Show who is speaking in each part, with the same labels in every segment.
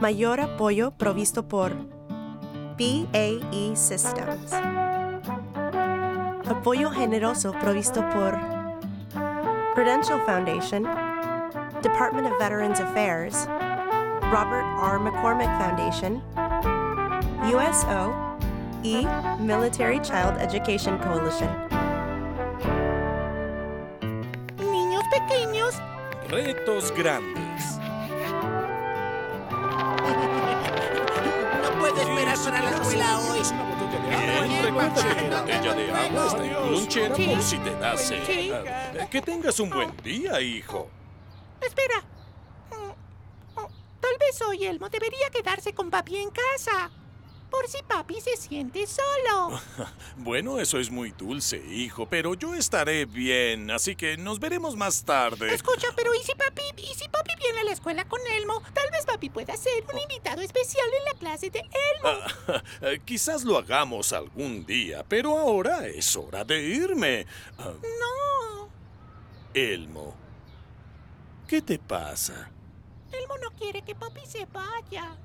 Speaker 1: Mayor apoyo provisto por BAE Systems. Apoyo generoso provisto por Prudential Foundation, Department of Veterans Affairs, Robert R. McCormick Foundation, USO, E. Military Child Education Coalition.
Speaker 2: Niños pequeños,
Speaker 3: Retos grandes.
Speaker 2: no puedes ver a sonar a la escuela hoy.
Speaker 3: Bien, recoge la botella de agua está en tu lonchera por si te da sed.
Speaker 2: Sí.
Speaker 3: Ah, Que tengas un buen día, hijo.
Speaker 2: Espera. Mm, oh, Tal vez hoy Elmo debería quedarse con papi en casa. Por si papi se siente solo.
Speaker 3: Bueno, eso es muy dulce, hijo, pero yo estaré bien, así que nos veremos más tarde.
Speaker 2: Escucha, pero ¿y si papi, y si papi viene a la escuela con Elmo? Tal vez papi pueda ser un invitado especial en la clase de Elmo.
Speaker 3: Ah, Quizás lo hagamos algún día, pero ahora es hora de irme. Ah,
Speaker 2: No.
Speaker 3: Elmo, ¿qué te pasa?
Speaker 2: Elmo no quiere que papi se vaya.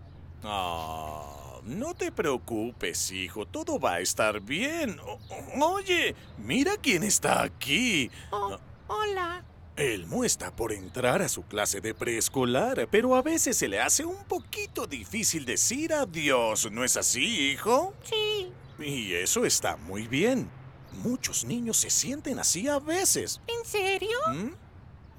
Speaker 3: Ah, no te preocupes, hijo, todo va a estar bien. O- o- oye, mira quién está aquí.
Speaker 2: Oh, hola.
Speaker 3: Elmo está por entrar a su clase de preescolar, pero a veces se le hace un poquito difícil decir adiós, ¿no es así, hijo?
Speaker 2: Sí.
Speaker 3: Y eso está muy bien. Muchos niños se sienten así a veces.
Speaker 2: ¿En serio?
Speaker 3: ¿Mm?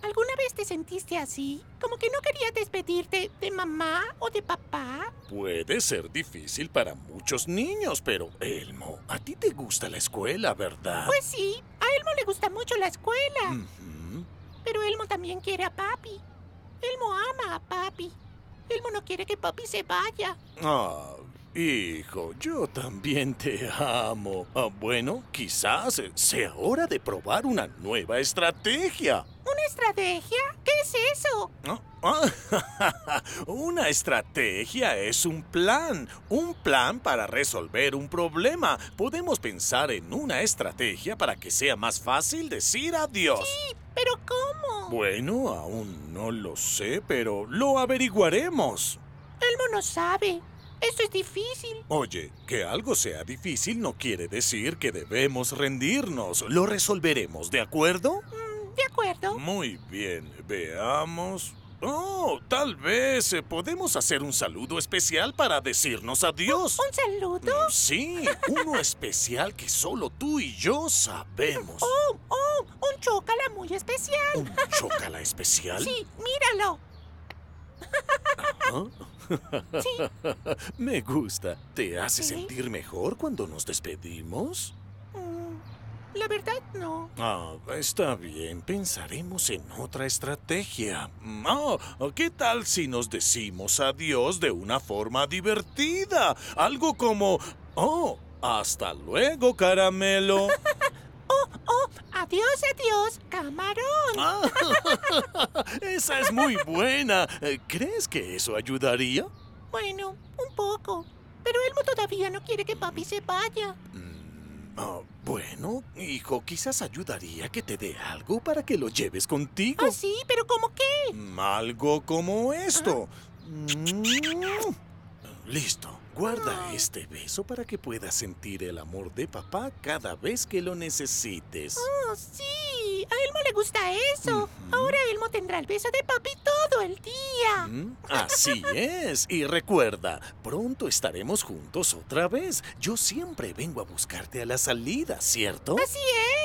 Speaker 2: ¿Alguna vez te sentiste así? ¿Como que no querías despedirte de mamá o de papá?
Speaker 3: Puede ser difícil para muchos niños, pero Elmo, a ti te gusta la escuela, ¿verdad?
Speaker 2: Pues sí, a Elmo le gusta mucho la escuela,
Speaker 3: Mm. Ujú.
Speaker 2: pero Elmo también quiere a papi. Elmo ama a papi. Elmo no quiere que papi se vaya.
Speaker 3: Ah, hijo, yo también te amo. Ah, bueno, quizás eh, sea hora de probar una nueva estrategia.
Speaker 2: ¿Una estrategia? ¿Qué es eso?
Speaker 3: Ah, ah, una estrategia es un plan, un plan para resolver un problema. Podemos pensar en una estrategia para que sea más fácil decir adiós.
Speaker 2: Sí, pero ¿cómo?
Speaker 3: Bueno, aún no lo sé, pero lo averiguaremos.
Speaker 2: Elmo no sabe. Esto es difícil.
Speaker 3: Oye, que algo sea difícil no quiere decir que debemos rendirnos. Lo resolveremos, ¿de acuerdo?
Speaker 2: Mm, de acuerdo.
Speaker 3: Muy bien, veamos. Oh, tal vez eh, podemos hacer un saludo especial para decirnos adiós.
Speaker 2: Oh,
Speaker 3: Mm,
Speaker 2: ¿Un saludo?
Speaker 3: Sí, uno especial que solo tú y yo sabemos.
Speaker 2: Oh, oh, un chocala muy especial.
Speaker 3: Mm. ¿Un chocala especial?
Speaker 2: Sí, míralo.
Speaker 3: ¿Ah? Me gusta. ¿Te hace
Speaker 2: Sí.
Speaker 3: sentir mejor cuando nos despedimos?
Speaker 2: Mm, la verdad, no.
Speaker 3: Ah, está bien, pensaremos en otra estrategia. Ah, ¿qué tal si nos decimos adiós de una forma divertida? Algo como, oh, hasta luego, caramelo.
Speaker 2: Oh, oh, adiós, adiós, camarón.
Speaker 3: Ah, esa es muy buena. Eh, ¿Crees que eso ayudaría?
Speaker 2: Bueno, un poco. Pero Elmo todavía no quiere que papi se vaya.
Speaker 3: Mm, ah, bueno, hijo, quizás ayudaría que te dé algo para que lo lleves contigo.
Speaker 2: Ah, sí, pero ¿cómo qué?
Speaker 3: Mm, Algo como esto. Mm. Listo. Guarda
Speaker 2: Ay.
Speaker 3: este beso para que puedas sentir el amor de papá cada vez que lo necesites.
Speaker 2: Oh, sí, a Elmo le gusta eso.
Speaker 3: Ujú.
Speaker 2: Ahora Elmo tendrá el beso de papi todo el día.
Speaker 3: Mm, Así es. Y recuerda, pronto estaremos juntos otra vez. Yo siempre vengo a buscarte a la salida, ¿cierto?
Speaker 2: Así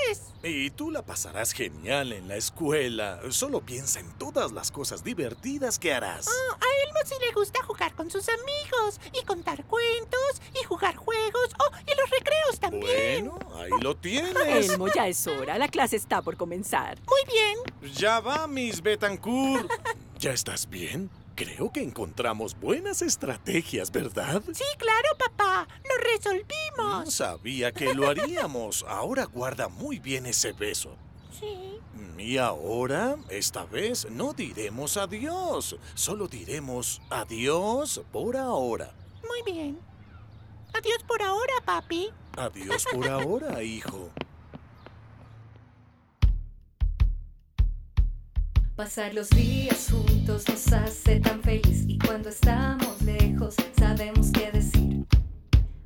Speaker 2: es.
Speaker 3: Y tú la pasarás genial en la escuela. Solo piensa en todas las cosas divertidas que harás.
Speaker 2: Oh, a Elmo sí le gusta jugar con sus amigos y contar cuentos y jugar juegos. Oh, y los recreos también.
Speaker 3: Bueno, ahí lo tienes.
Speaker 4: Elmo, ya es hora. La clase está por comenzar.
Speaker 2: Muy bien.
Speaker 3: Pues Ya va, Miss Betancourt. ¿Ya estás bien? Creo que encontramos buenas estrategias, ¿verdad?
Speaker 2: Sí, claro, papá. Lo resolvimos.
Speaker 3: No sabía que lo haríamos. Ahora guarda muy bien ese beso.
Speaker 2: Sí.
Speaker 3: Y ahora, esta vez, no diremos adiós. Solo diremos adiós por ahora.
Speaker 2: Muy bien. Adiós por ahora, papi.
Speaker 3: Adiós por ahora, hijo.
Speaker 5: Pasar los días juntos nos hace tan feliz y cuando estamos lejos sabemos qué decir.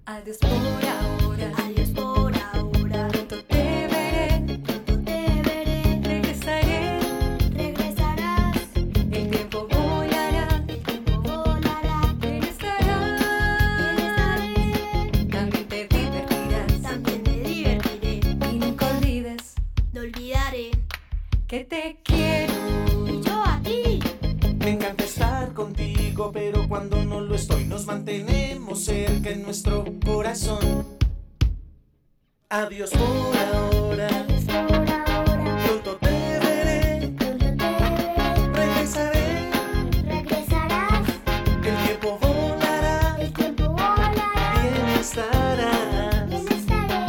Speaker 5: Adiós por ahora, adiós por ahora. Pronto te veré, pronto te veré. Regresaré, regresarás. El tiempo volará, el tiempo volará. Bien estarás, También te divertirás,
Speaker 6: También me divertiré,
Speaker 5: Y nunca olvides
Speaker 6: no olvidaré.
Speaker 5: que te quiero.
Speaker 6: Y yo a ti,
Speaker 7: Me encanta estar contigo, pero cuando no lo estoy nos mantenemos cerca en nuestro corazón. Adiós por ahora. Pronto te veré, regresaré,
Speaker 6: regresarás.
Speaker 7: el tiempo volará,
Speaker 6: El tiempo volará.
Speaker 7: bien estarás,
Speaker 6: Bien estaré,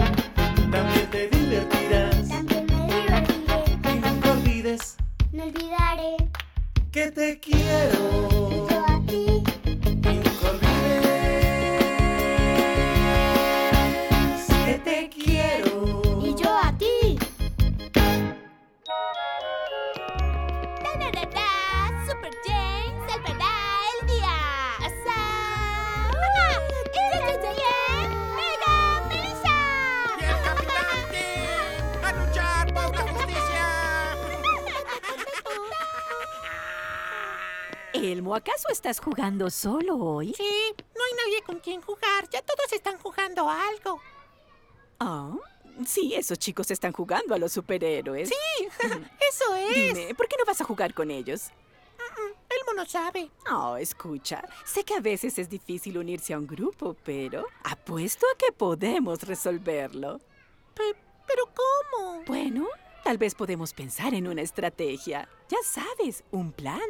Speaker 7: también te divertirás
Speaker 6: también me divertiré.
Speaker 7: y nunca olvides
Speaker 6: No olvidaré,
Speaker 7: que te quiero.
Speaker 6: yo a ti.
Speaker 7: Y nunca olvides que te quiero.
Speaker 6: Y yo a ti. Super Jane salvará el día. ¡Asá! ¡Eso es bien! ¡Mega Melissa!
Speaker 2: ¡Y el capitán Kidd ¡A luchar por la justicia!
Speaker 4: Elmo, ¿acaso estás jugando solo hoy?
Speaker 2: Sí, no hay nadie con quien jugar. Ya todos están jugando a algo.
Speaker 4: Ah, sí, esos chicos están jugando a los superhéroes.
Speaker 2: Sí, eso es.
Speaker 4: Dime, ¿por qué no vas a jugar con ellos?
Speaker 2: Elmo no sabe.
Speaker 4: Oh, escucha, sé que a veces es difícil unirse a un grupo, pero apuesto a que podemos resolverlo.
Speaker 2: Pe- ¿Pero cómo?
Speaker 4: Bueno, tal vez podemos pensar en una estrategia. Ya sabes, un plan.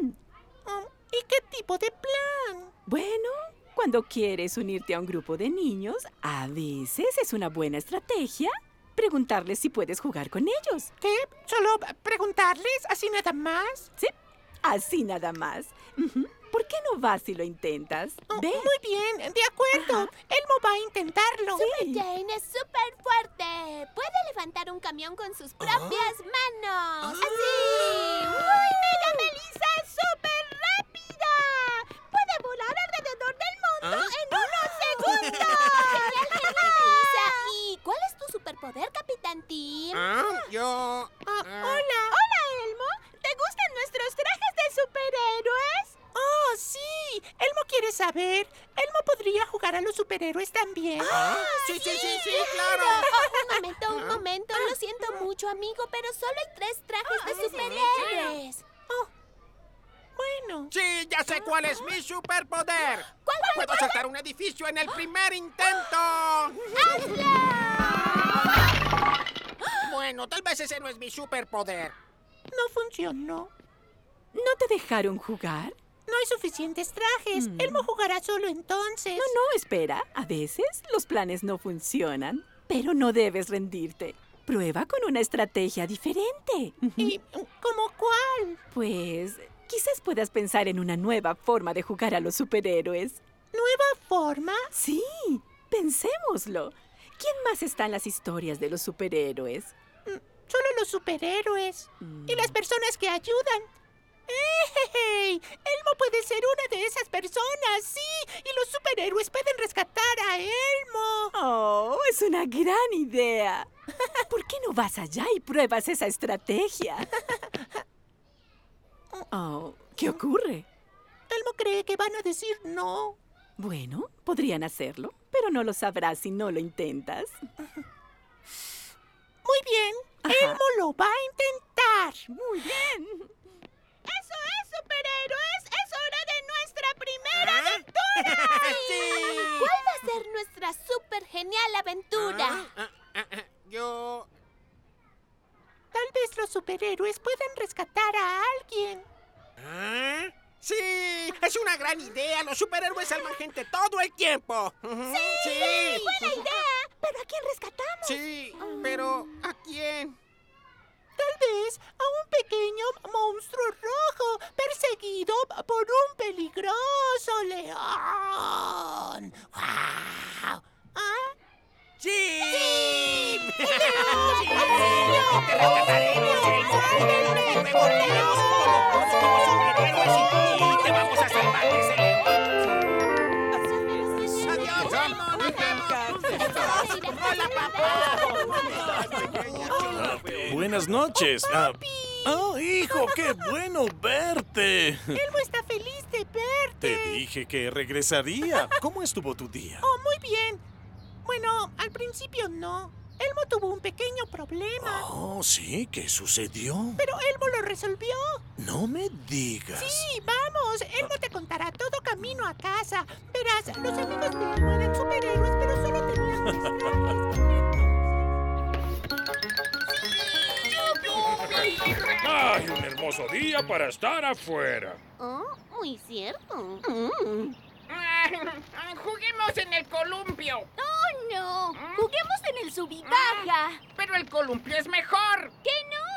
Speaker 2: Um, ¿Y qué tipo de plan?
Speaker 4: Bueno, cuando quieres unirte a un grupo de niños, a veces es una buena estrategia preguntarles si puedes jugar con ellos.
Speaker 2: ¿Qué? ¿Solo preguntarles así nada más?
Speaker 4: Así nada más. Ujú. ¿Por qué no vas y lo intentas?
Speaker 2: Oh,
Speaker 4: Ve.
Speaker 2: Muy bien, de acuerdo. Elmo va a intentarlo.
Speaker 4: Sí.
Speaker 6: Jane es súper fuerte. Puede levantar un camión con sus propias manos. ¡Así! ¡Uy, Mega Melissa es súper rápida! Puede volar alrededor del mundo en unos segundos. ¡Genial, Mega Melissa! ¿Y cuál es tu superpoder, Capitán Tim?
Speaker 2: Ah, yo...
Speaker 6: Hola. Hola, Elmo. ¿Te gustan nuestros trajes de superhéroes?
Speaker 2: ¡Oh, sí! Elmo quiere saber. Elmo podría jugar a los superhéroes también.
Speaker 6: Ah, Sí, sí, sí, claro. Ah. un momento, un momento. Lo siento mucho, amigo, pero solo hay tres trajes de superhéroes.
Speaker 2: Bueno.
Speaker 8: Sí, ya sé cuál es mi superpoder. Puedo saltar un edificio en el primer intento. Bueno, tal vez ese no es mi superpoder.
Speaker 2: No funcionó.
Speaker 4: ¿No te dejaron jugar?
Speaker 2: No hay suficientes trajes.
Speaker 4: Mm.
Speaker 2: Elmo jugará solo entonces.
Speaker 4: No, no, espera. A veces los planes no funcionan, pero no debes rendirte. Prueba con una estrategia diferente. Ujú.
Speaker 2: ¿Y cómo cuál?
Speaker 4: Pues quizás puedas pensar en una nueva forma de jugar a los superhéroes.
Speaker 2: ¿Nueva forma?
Speaker 4: Sí, pensémoslo. ¿Quién más está en las historias de los superhéroes?
Speaker 2: Solo los superhéroes. Y
Speaker 8: Mm.
Speaker 2: las personas que ayudan. ¡Ey! Elmo puede ser una de esas personas, sí. Y los superhéroes pueden rescatar a Elmo.
Speaker 4: Oh, es una gran idea. ¿Por qué no vas allá y pruebas esa estrategia? Oh, ¿qué ocurre?
Speaker 2: Elmo cree que van a decir no.
Speaker 4: Bueno, podrían hacerlo, pero no lo sabrás si no lo intentas.
Speaker 2: Muy bien.
Speaker 4: Ajá.
Speaker 2: Elmo lo va a intentar.
Speaker 4: Muy bien.
Speaker 6: ¡Eso es, superhéroes! ¡Es hora de nuestra
Speaker 8: Ah.
Speaker 6: primera
Speaker 8: Sí.
Speaker 6: ¿Cuál va a ser nuestra super genial aventura?
Speaker 8: Ah, ah, ah, Yo.
Speaker 2: Tal vez los superhéroes puedan rescatar a alguien.
Speaker 8: ¿Ah? Sí, es una gran idea. Los superhéroes salvan gente todo el tiempo. Ujú, Sí.
Speaker 6: ¡Buena idea! ¿Pero a quién rescatamos?
Speaker 8: Sí, pero ¿a quién?
Speaker 2: Tal vez a un pequeño monstruo rojo perseguido por un peligroso león. ¡Guau! ¿Ah?
Speaker 8: Sí.
Speaker 2: ¡Niño! ¡Niño! ¡Salve!
Speaker 7: revolveremos como, como, como superhéroes y, y te vamos a salvar ese Adiós, Elmo, nos vemos. Hola, papá.
Speaker 9: Buenas noches. Ah, ¡Oh, hijo! ¡Qué bueno verte!
Speaker 2: Elmo está feliz de verte.
Speaker 9: Te dije que regresaría. ¿Cómo estuvo tu día?
Speaker 2: Oh, muy bien. Bueno, al principio no. Elmo tuvo un pequeño problema,
Speaker 9: Oh, sí, ¿qué sucedió?
Speaker 2: pero Elmo lo resolvió.
Speaker 9: No me digas.
Speaker 2: Sí, vamos.
Speaker 9: Ah.
Speaker 2: Elmo te contará todo camino a casa. Verás, los amigos de Elmo eran superhéroes, pero solo tenían que
Speaker 10: ¡Ay, un hermoso día para estar afuera!
Speaker 6: Oh, muy cierto. Mm.
Speaker 11: Juguemos en el columpio,
Speaker 6: Oh, no. Juguemos en el subibaja.
Speaker 11: pero el columpio es mejor.
Speaker 6: ¿Qué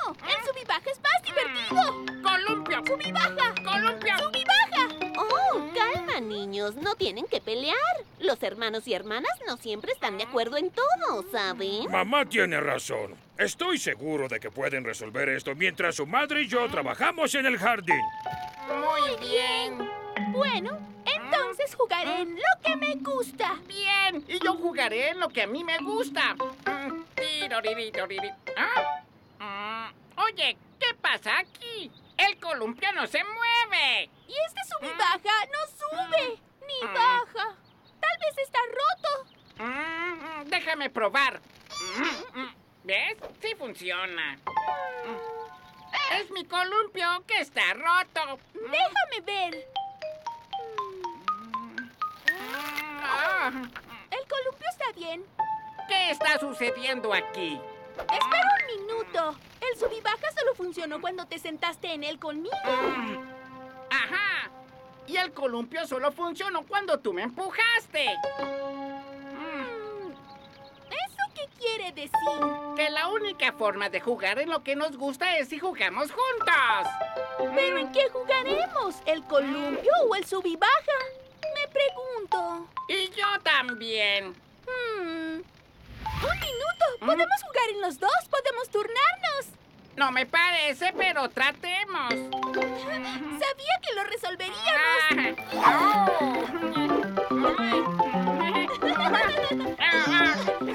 Speaker 6: no? El subibaja es más divertido.
Speaker 11: Columpio,
Speaker 6: ¡Subibaja!
Speaker 11: columpio.
Speaker 6: ¡Subibaja! Oh, calma, niños. No tienen que pelear. Los hermanos y hermanas no siempre están de acuerdo en todo, ¿saben?
Speaker 10: Mamá tiene razón. Estoy seguro de que pueden resolver esto mientras su madre y yo trabajamos en el jardín.
Speaker 11: Muy bien.
Speaker 6: Bueno, entonces jugaré en lo que me gusta.
Speaker 11: Bien, y yo jugaré en lo que a mí me gusta. Mm, tiroririroriri. ¿Ah? Mm, Oye, ¿qué pasa aquí? El columpio no se mueve.
Speaker 6: Y este subibaja no sube ni baja. Tal vez está roto.
Speaker 11: Mm, mm, déjame probar. Mm, mm. ¿Ves? Sí funciona. Mm. Es mi columpio que está roto. Mm.
Speaker 6: Déjame ver.
Speaker 11: Ah,
Speaker 6: El columpio está bien.
Speaker 11: ¿Qué está sucediendo aquí?
Speaker 6: Espera un minuto. El subibaja solo funcionó cuando te sentaste en él conmigo.
Speaker 11: Mm. Ajá. Y el columpio solo funcionó cuando tú me empujaste. Mm,
Speaker 6: Mm, ¿Eso qué quiere decir?
Speaker 11: Que la única forma de jugar en lo que nos gusta es si jugamos juntos.
Speaker 6: ¿Pero en qué jugaremos? ¿El columpio o el subibaja? Me pregunto.
Speaker 11: Y yo también. Mm.
Speaker 6: Hmm. Un minuto. Podemos jugar en los dos. Podemos turnarnos.
Speaker 11: No me parece, pero tratemos.
Speaker 6: Sabía que lo resolveríamos.
Speaker 11: Ah,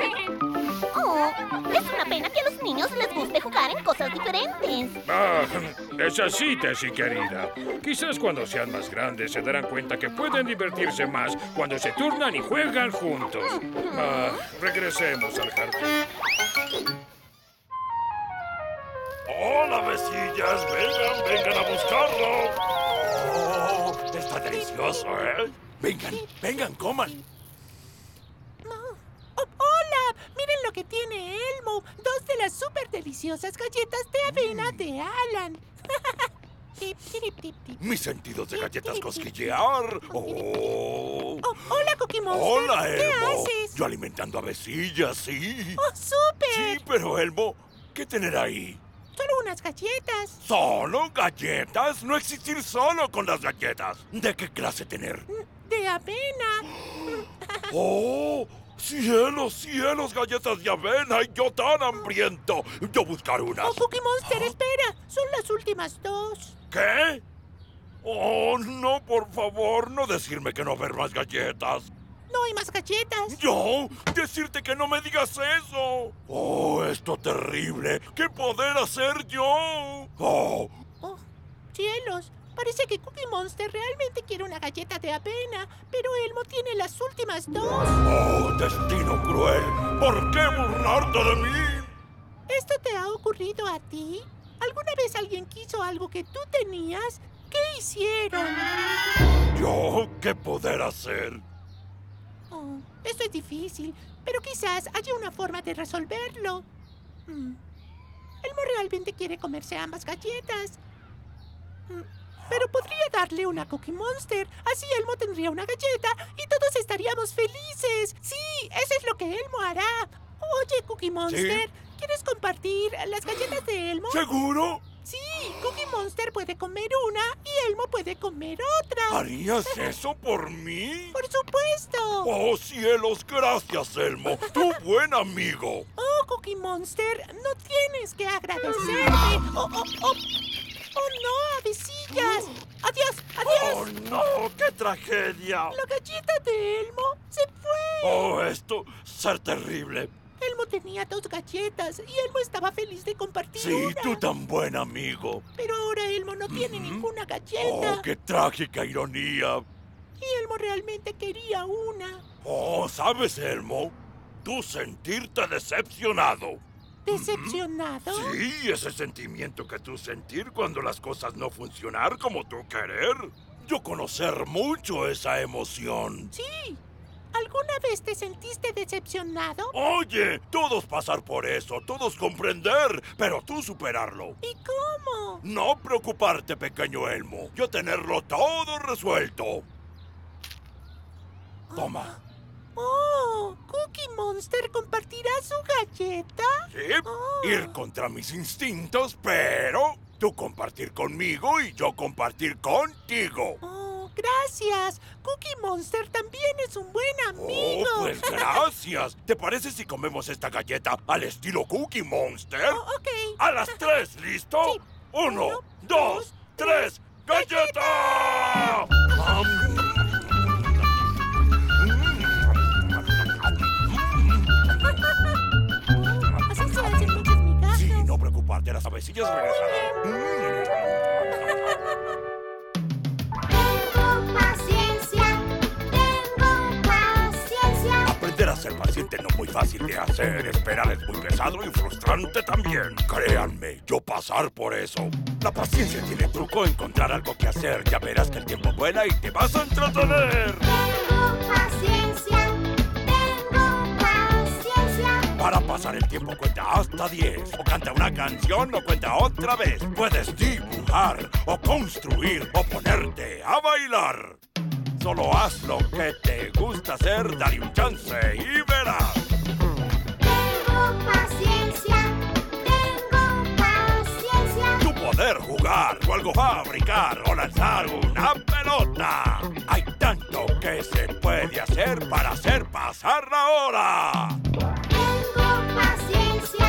Speaker 6: Oh, es una pena que a los niños les guste jugar en cosas diferentes.
Speaker 10: Ah, esa sí, Tessie querida. Quizás cuando sean más grandes se darán cuenta que pueden divertirse más cuando se turnan y juegan juntos. Ah, regresemos al jardín.
Speaker 9: Hola, besillas. Vengan, vengan a buscarlo.
Speaker 12: Oh, está delicioso, ¿eh?
Speaker 9: Vengan, vengan, coman.
Speaker 2: No. Oh, ¡Hola! Miren lo que tiene Elmo. Dos de las súper deliciosas galletas de avena de Alan. Tip, tirip, tip, tip.
Speaker 9: Mis sentidos de galletas cosquillear. Oh.
Speaker 2: Oh, hola, Cookie Monster.
Speaker 9: Hola,
Speaker 2: ¿Qué
Speaker 9: Elmo.
Speaker 2: haces?
Speaker 9: Yo alimentando a besillas, sí.
Speaker 2: ¡Oh, súper!
Speaker 9: Sí, pero Elmo, ¿qué tener ahí?
Speaker 2: Solo unas galletas.
Speaker 9: ¿Solo galletas? No existir solo con las galletas. ¿De qué clase tener?
Speaker 2: Mm, De avena.
Speaker 9: ¡Oh! ¡Cielos, cielos, galletas de avena! ¡Y yo tan hambriento! Yo buscaré unas.
Speaker 2: Oh, Cookie Monster,
Speaker 9: Ah.
Speaker 2: espera. Son las últimas dos.
Speaker 9: ¿Qué? ¡Oh, no, por favor! No decirme que no ver más galletas.
Speaker 2: No hay más galletas.
Speaker 9: ¡Yo! ¡Decirte que no me digas eso! ¡Oh, esto terrible! ¿Qué poder hacer yo? ¡Oh!
Speaker 2: Oh, cielos. Parece que Cookie Monster realmente quiere una galleta de avena, pero Elmo tiene las últimas dos.
Speaker 9: ¡Oh, destino cruel! ¿Por qué burlarte de mí?
Speaker 2: ¿Esto te ha ocurrido a ti? ¿Alguna vez alguien quiso algo que tú tenías? ¿Qué hicieron?
Speaker 9: ¿Yo qué poder hacer?
Speaker 2: Oh, esto es difícil, pero quizás haya una forma de resolverlo. Mm. Elmo realmente quiere comerse ambas galletas. Mm, Pero podría darle una a Cookie Monster. Así Elmo tendría una galleta y todos estaríamos felices. Sí, eso es lo que Elmo hará. Oye, Cookie Monster, ¿quieres compartir las galletas de Elmo?
Speaker 9: ¿Seguro?
Speaker 2: Sí, Cookie Monster puede comer una y Elmo puede comer otra.
Speaker 9: ¿Harías eso por mí?
Speaker 2: Por supuesto.
Speaker 9: ¡Oh, cielos! Gracias, Elmo. Tu buen amigo.
Speaker 2: Oh, Cookie Monster, no tienes que agradecerme. Oh, oh, oh.
Speaker 9: Oh, tragedia!
Speaker 2: La galleta de Elmo se fue.
Speaker 9: ¡Oh, esto! ¡Ser terrible!
Speaker 2: Elmo tenía dos galletas y Elmo estaba feliz de compartir
Speaker 9: Sí,
Speaker 2: una.
Speaker 9: tú tan buen amigo.
Speaker 2: Pero ahora Elmo no tiene ninguna
Speaker 9: ¡Oh,
Speaker 2: galleta.
Speaker 9: qué trágica ironía!
Speaker 2: Y Elmo realmente quería una.
Speaker 9: Oh, ¿sabes, Elmo? Tú sentirte decepcionado.
Speaker 2: ¿Decepcionado?
Speaker 9: Sí, ese sentimiento que tú sentir cuando las cosas no funcionar como tú querer. Yo conocer mucho esa emoción.
Speaker 2: Sí. ¿Alguna vez te sentiste decepcionado?
Speaker 9: Oye, todos pasar por eso, todos comprender, pero tú superarlo.
Speaker 2: ¿Y cómo?
Speaker 9: No preocuparte, pequeño Elmo. Yo tenerlo todo resuelto. Toma.
Speaker 2: Oh, Cookie Monster compartirá su galleta.
Speaker 9: Sí, ir contra mis instintos, pero tú compartir conmigo y yo compartir contigo.
Speaker 2: Oh, gracias. Cookie Monster también es un buen
Speaker 9: Oh,
Speaker 2: amigo.
Speaker 9: pues gracias. ¿Te parece si comemos esta galleta al estilo Cookie Monster?
Speaker 2: Oh, ok.
Speaker 9: A las tres, ¿listo? Uno, dos, tres, galleta.
Speaker 2: Así se hacen muchas migajas.
Speaker 9: Sí, no preocuparte, las Mm. abecillas regresarán.
Speaker 6: Tengo paciencia, tengo paciencia.
Speaker 9: Aprender a ser paciente no muy fácil de hacer. Esperar es muy pesado y frustrante también. Créanme, yo pasar por eso. La paciencia tiene truco, encontrar algo que hacer. Ya verás que el tiempo vuela y te vas a entretener.
Speaker 6: Tengo paciencia, tengo paciencia.
Speaker 9: Para pasar el tiempo cuenta hasta 10. O canta una canción o cuenta otra vez. Puedes dibujar o construir o ponerte a bailar. Solo haz lo que te gusta hacer, dale un chance y verás.
Speaker 6: Tengo paciencia, tengo paciencia.
Speaker 9: Tu poder jugar o algo fabricar o lanzar una pelota. Hay tanto que se puede hacer para hacer pasar la hora.
Speaker 6: Tengo paciencia,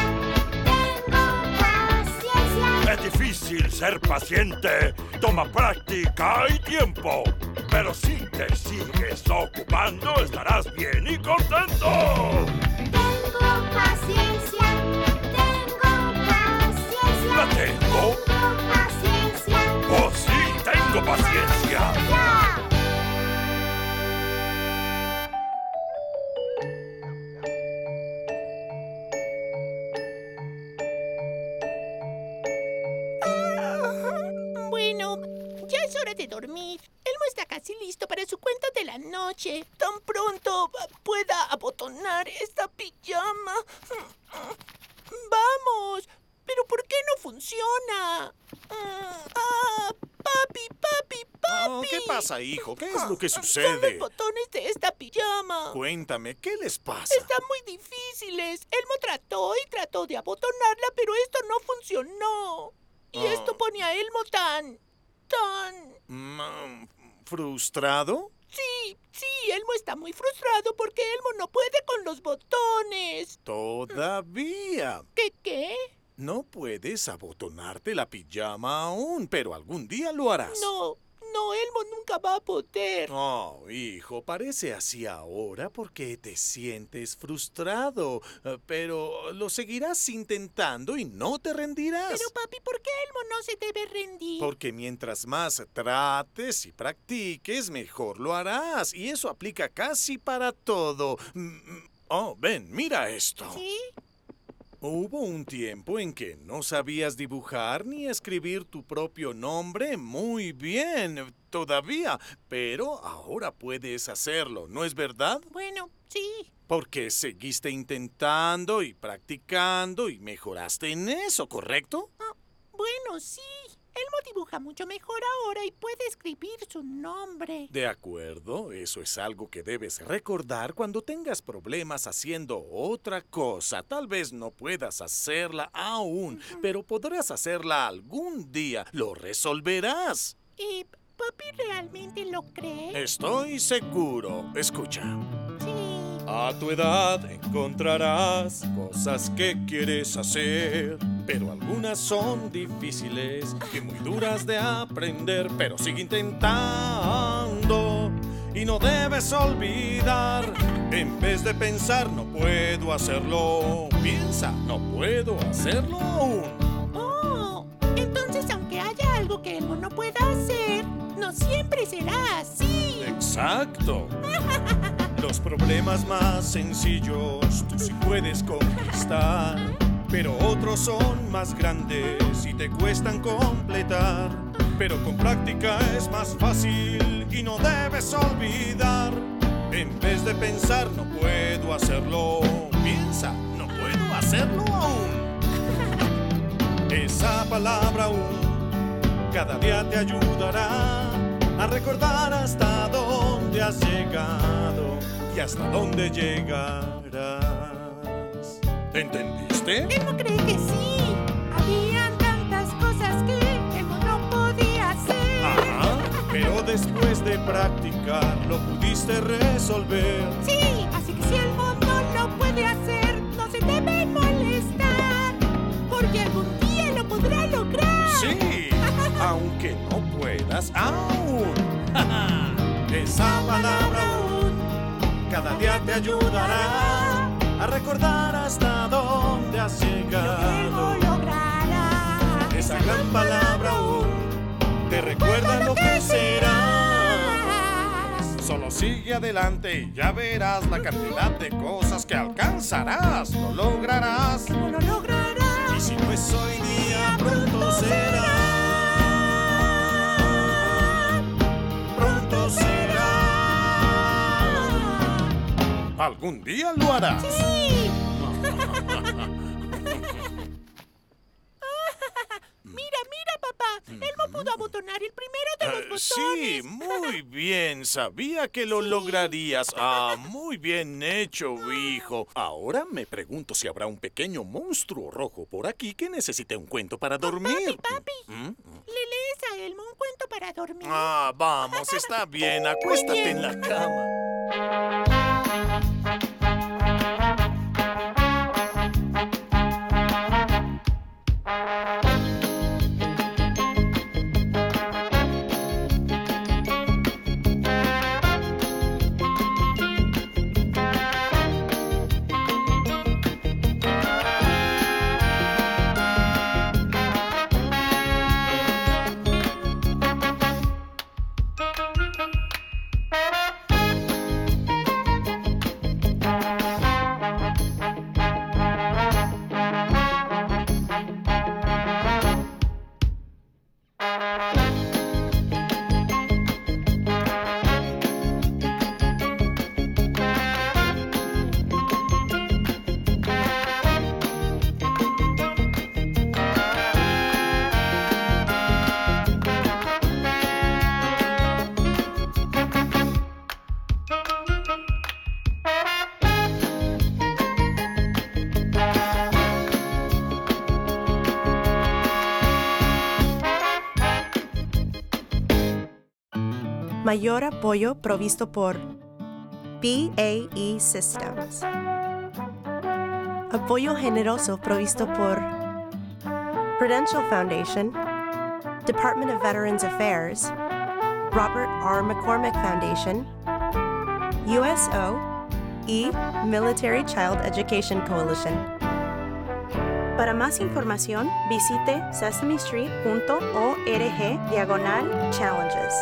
Speaker 6: tengo paciencia.
Speaker 9: Es difícil ser paciente, toma práctica y tiempo. Pero si te sigues ocupando, estarás bien y contento.
Speaker 6: Tengo paciencia, tengo paciencia.
Speaker 9: ¿La tengo?
Speaker 6: Tengo paciencia.
Speaker 9: Oh, sí, tengo paciencia.
Speaker 6: Ya.
Speaker 2: Ah, Bueno, ya es hora de dormir. Elmo está casi listo para su cuento de la noche. Tan pronto ah, pueda abotonar esta pijama. Vamos. Pero ¿por qué no funciona? Mm, Ah, papi, papi, papi.
Speaker 3: Oh, ¿Qué pasa, hijo? ¿Qué es lo que
Speaker 2: Ah, Son los
Speaker 3: sucede?
Speaker 2: botones de esta pijama.
Speaker 3: Cuéntame, ¿qué les pasa?
Speaker 2: Están muy difíciles. Elmo trató y trató de abotonarla, pero esto no funcionó. Y
Speaker 3: Ah.
Speaker 2: esto pone a Elmo tan... tan...
Speaker 3: Mm, ¿Frustrado?
Speaker 2: Sí, sí, Elmo está muy frustrado porque Elmo no puede con los botones.
Speaker 3: Todavía.
Speaker 2: ¿Qué qué?
Speaker 3: No puedes abotonarte la pijama aún, pero algún día lo harás.
Speaker 2: No, no, Elmo nunca va a poder.
Speaker 3: Oh, hijo, parece así ahora porque te sientes frustrado, eh, pero lo seguirás intentando y no te rendirás.
Speaker 2: Pero papi, ¿por qué Elmo no se debe rendir?
Speaker 3: Porque mientras más trates y practiques, mejor lo harás. Y eso aplica casi para todo. Mm, mm. Oh, ven, mira esto.
Speaker 2: ¿Sí?
Speaker 3: Hubo un tiempo en que no sabías dibujar ni escribir tu propio nombre muy bien, todavía, pero ahora puedes hacerlo, ¿no es verdad?
Speaker 2: Bueno, sí.
Speaker 3: Porque seguiste intentando y practicando y mejoraste en eso, ¿correcto?
Speaker 2: Bueno, sí. Elmo dibuja mucho mejor ahora y puede escribir su nombre.
Speaker 3: De acuerdo, eso es algo que debes recordar cuando tengas problemas haciendo otra cosa. Tal vez no puedas hacerla aún, pero podrás hacerla algún día. Lo resolverás.
Speaker 2: ¿Y papi realmente lo
Speaker 3: Eh.
Speaker 2: cree?
Speaker 3: Estoy seguro. Escucha.
Speaker 2: Sí.
Speaker 3: A tu edad encontrarás cosas que quieres hacer, pero algunas son difíciles y muy duras de aprender, pero sigue intentando.
Speaker 13: y no debes olvidar. En vez de pensar no puedo hacerlo, piensa no puedo hacerlo aún.
Speaker 2: Oh, entonces aunque haya algo que el mono pueda hacer, no siempre será así.
Speaker 13: Exacto. Los problemas más sencillos tú sí puedes conquistar, pero otros son más grandes y te cuestan completar. Pero con práctica es más fácil y no debes olvidar. En vez de pensar no puedo hacerlo, piensa no puedo hacerlo aún. Esa palabra aún cada día te ayudará a recordar hasta dónde has llegado y hasta dónde llegarás. ¿Entendiste?
Speaker 2: No cree que sí. Habían tantas cosas que el mono podía hacer.
Speaker 3: Ah.
Speaker 13: Ajá. Pero después de practicar lo pudiste resolver.
Speaker 2: Sí, así que si el mono lo puede hacer, no se debe molestar. Porque algún día lo podrá lograr.
Speaker 13: Sí, aunque no puedas aún. Esa palabra aún cada día te ayudará a recordar hasta dónde has llegado.
Speaker 2: logrará.
Speaker 13: Esa gran palabra aún te recuerda lo que será. Solo sigue adelante y ya verás la cantidad de cosas que alcanzarás. Lo lograrás.
Speaker 2: Lo logrará.
Speaker 13: Y si no es hoy día, pronto será. Pronto será. Algún día lo harás.
Speaker 2: Sí. Mira, mira, papá. Elmo pudo abotonar el primero de los
Speaker 13: Eh,
Speaker 2: botones.
Speaker 13: Sí, muy bien. Sabía que lo lograrías. Ah, muy bien hecho, hijo. Ahora me pregunto si habrá un pequeño monstruo rojo por aquí que necesite un cuento para dormir.
Speaker 2: Ah,
Speaker 13: ¿Mm?
Speaker 2: Papi, le lees a Elmo un cuento para dormir.
Speaker 13: Ah, vamos, está bien. Acuéstate en la cama.
Speaker 1: Mayor apoyo provisto por BAE Systems. Apoyo generoso provisto por Prudential Foundation, Department of Veterans Affairs, Robert R. McCormick Foundation, USO y Military Child Education Coalition. Para más información, visite sesamestreet.org diagonal challenges.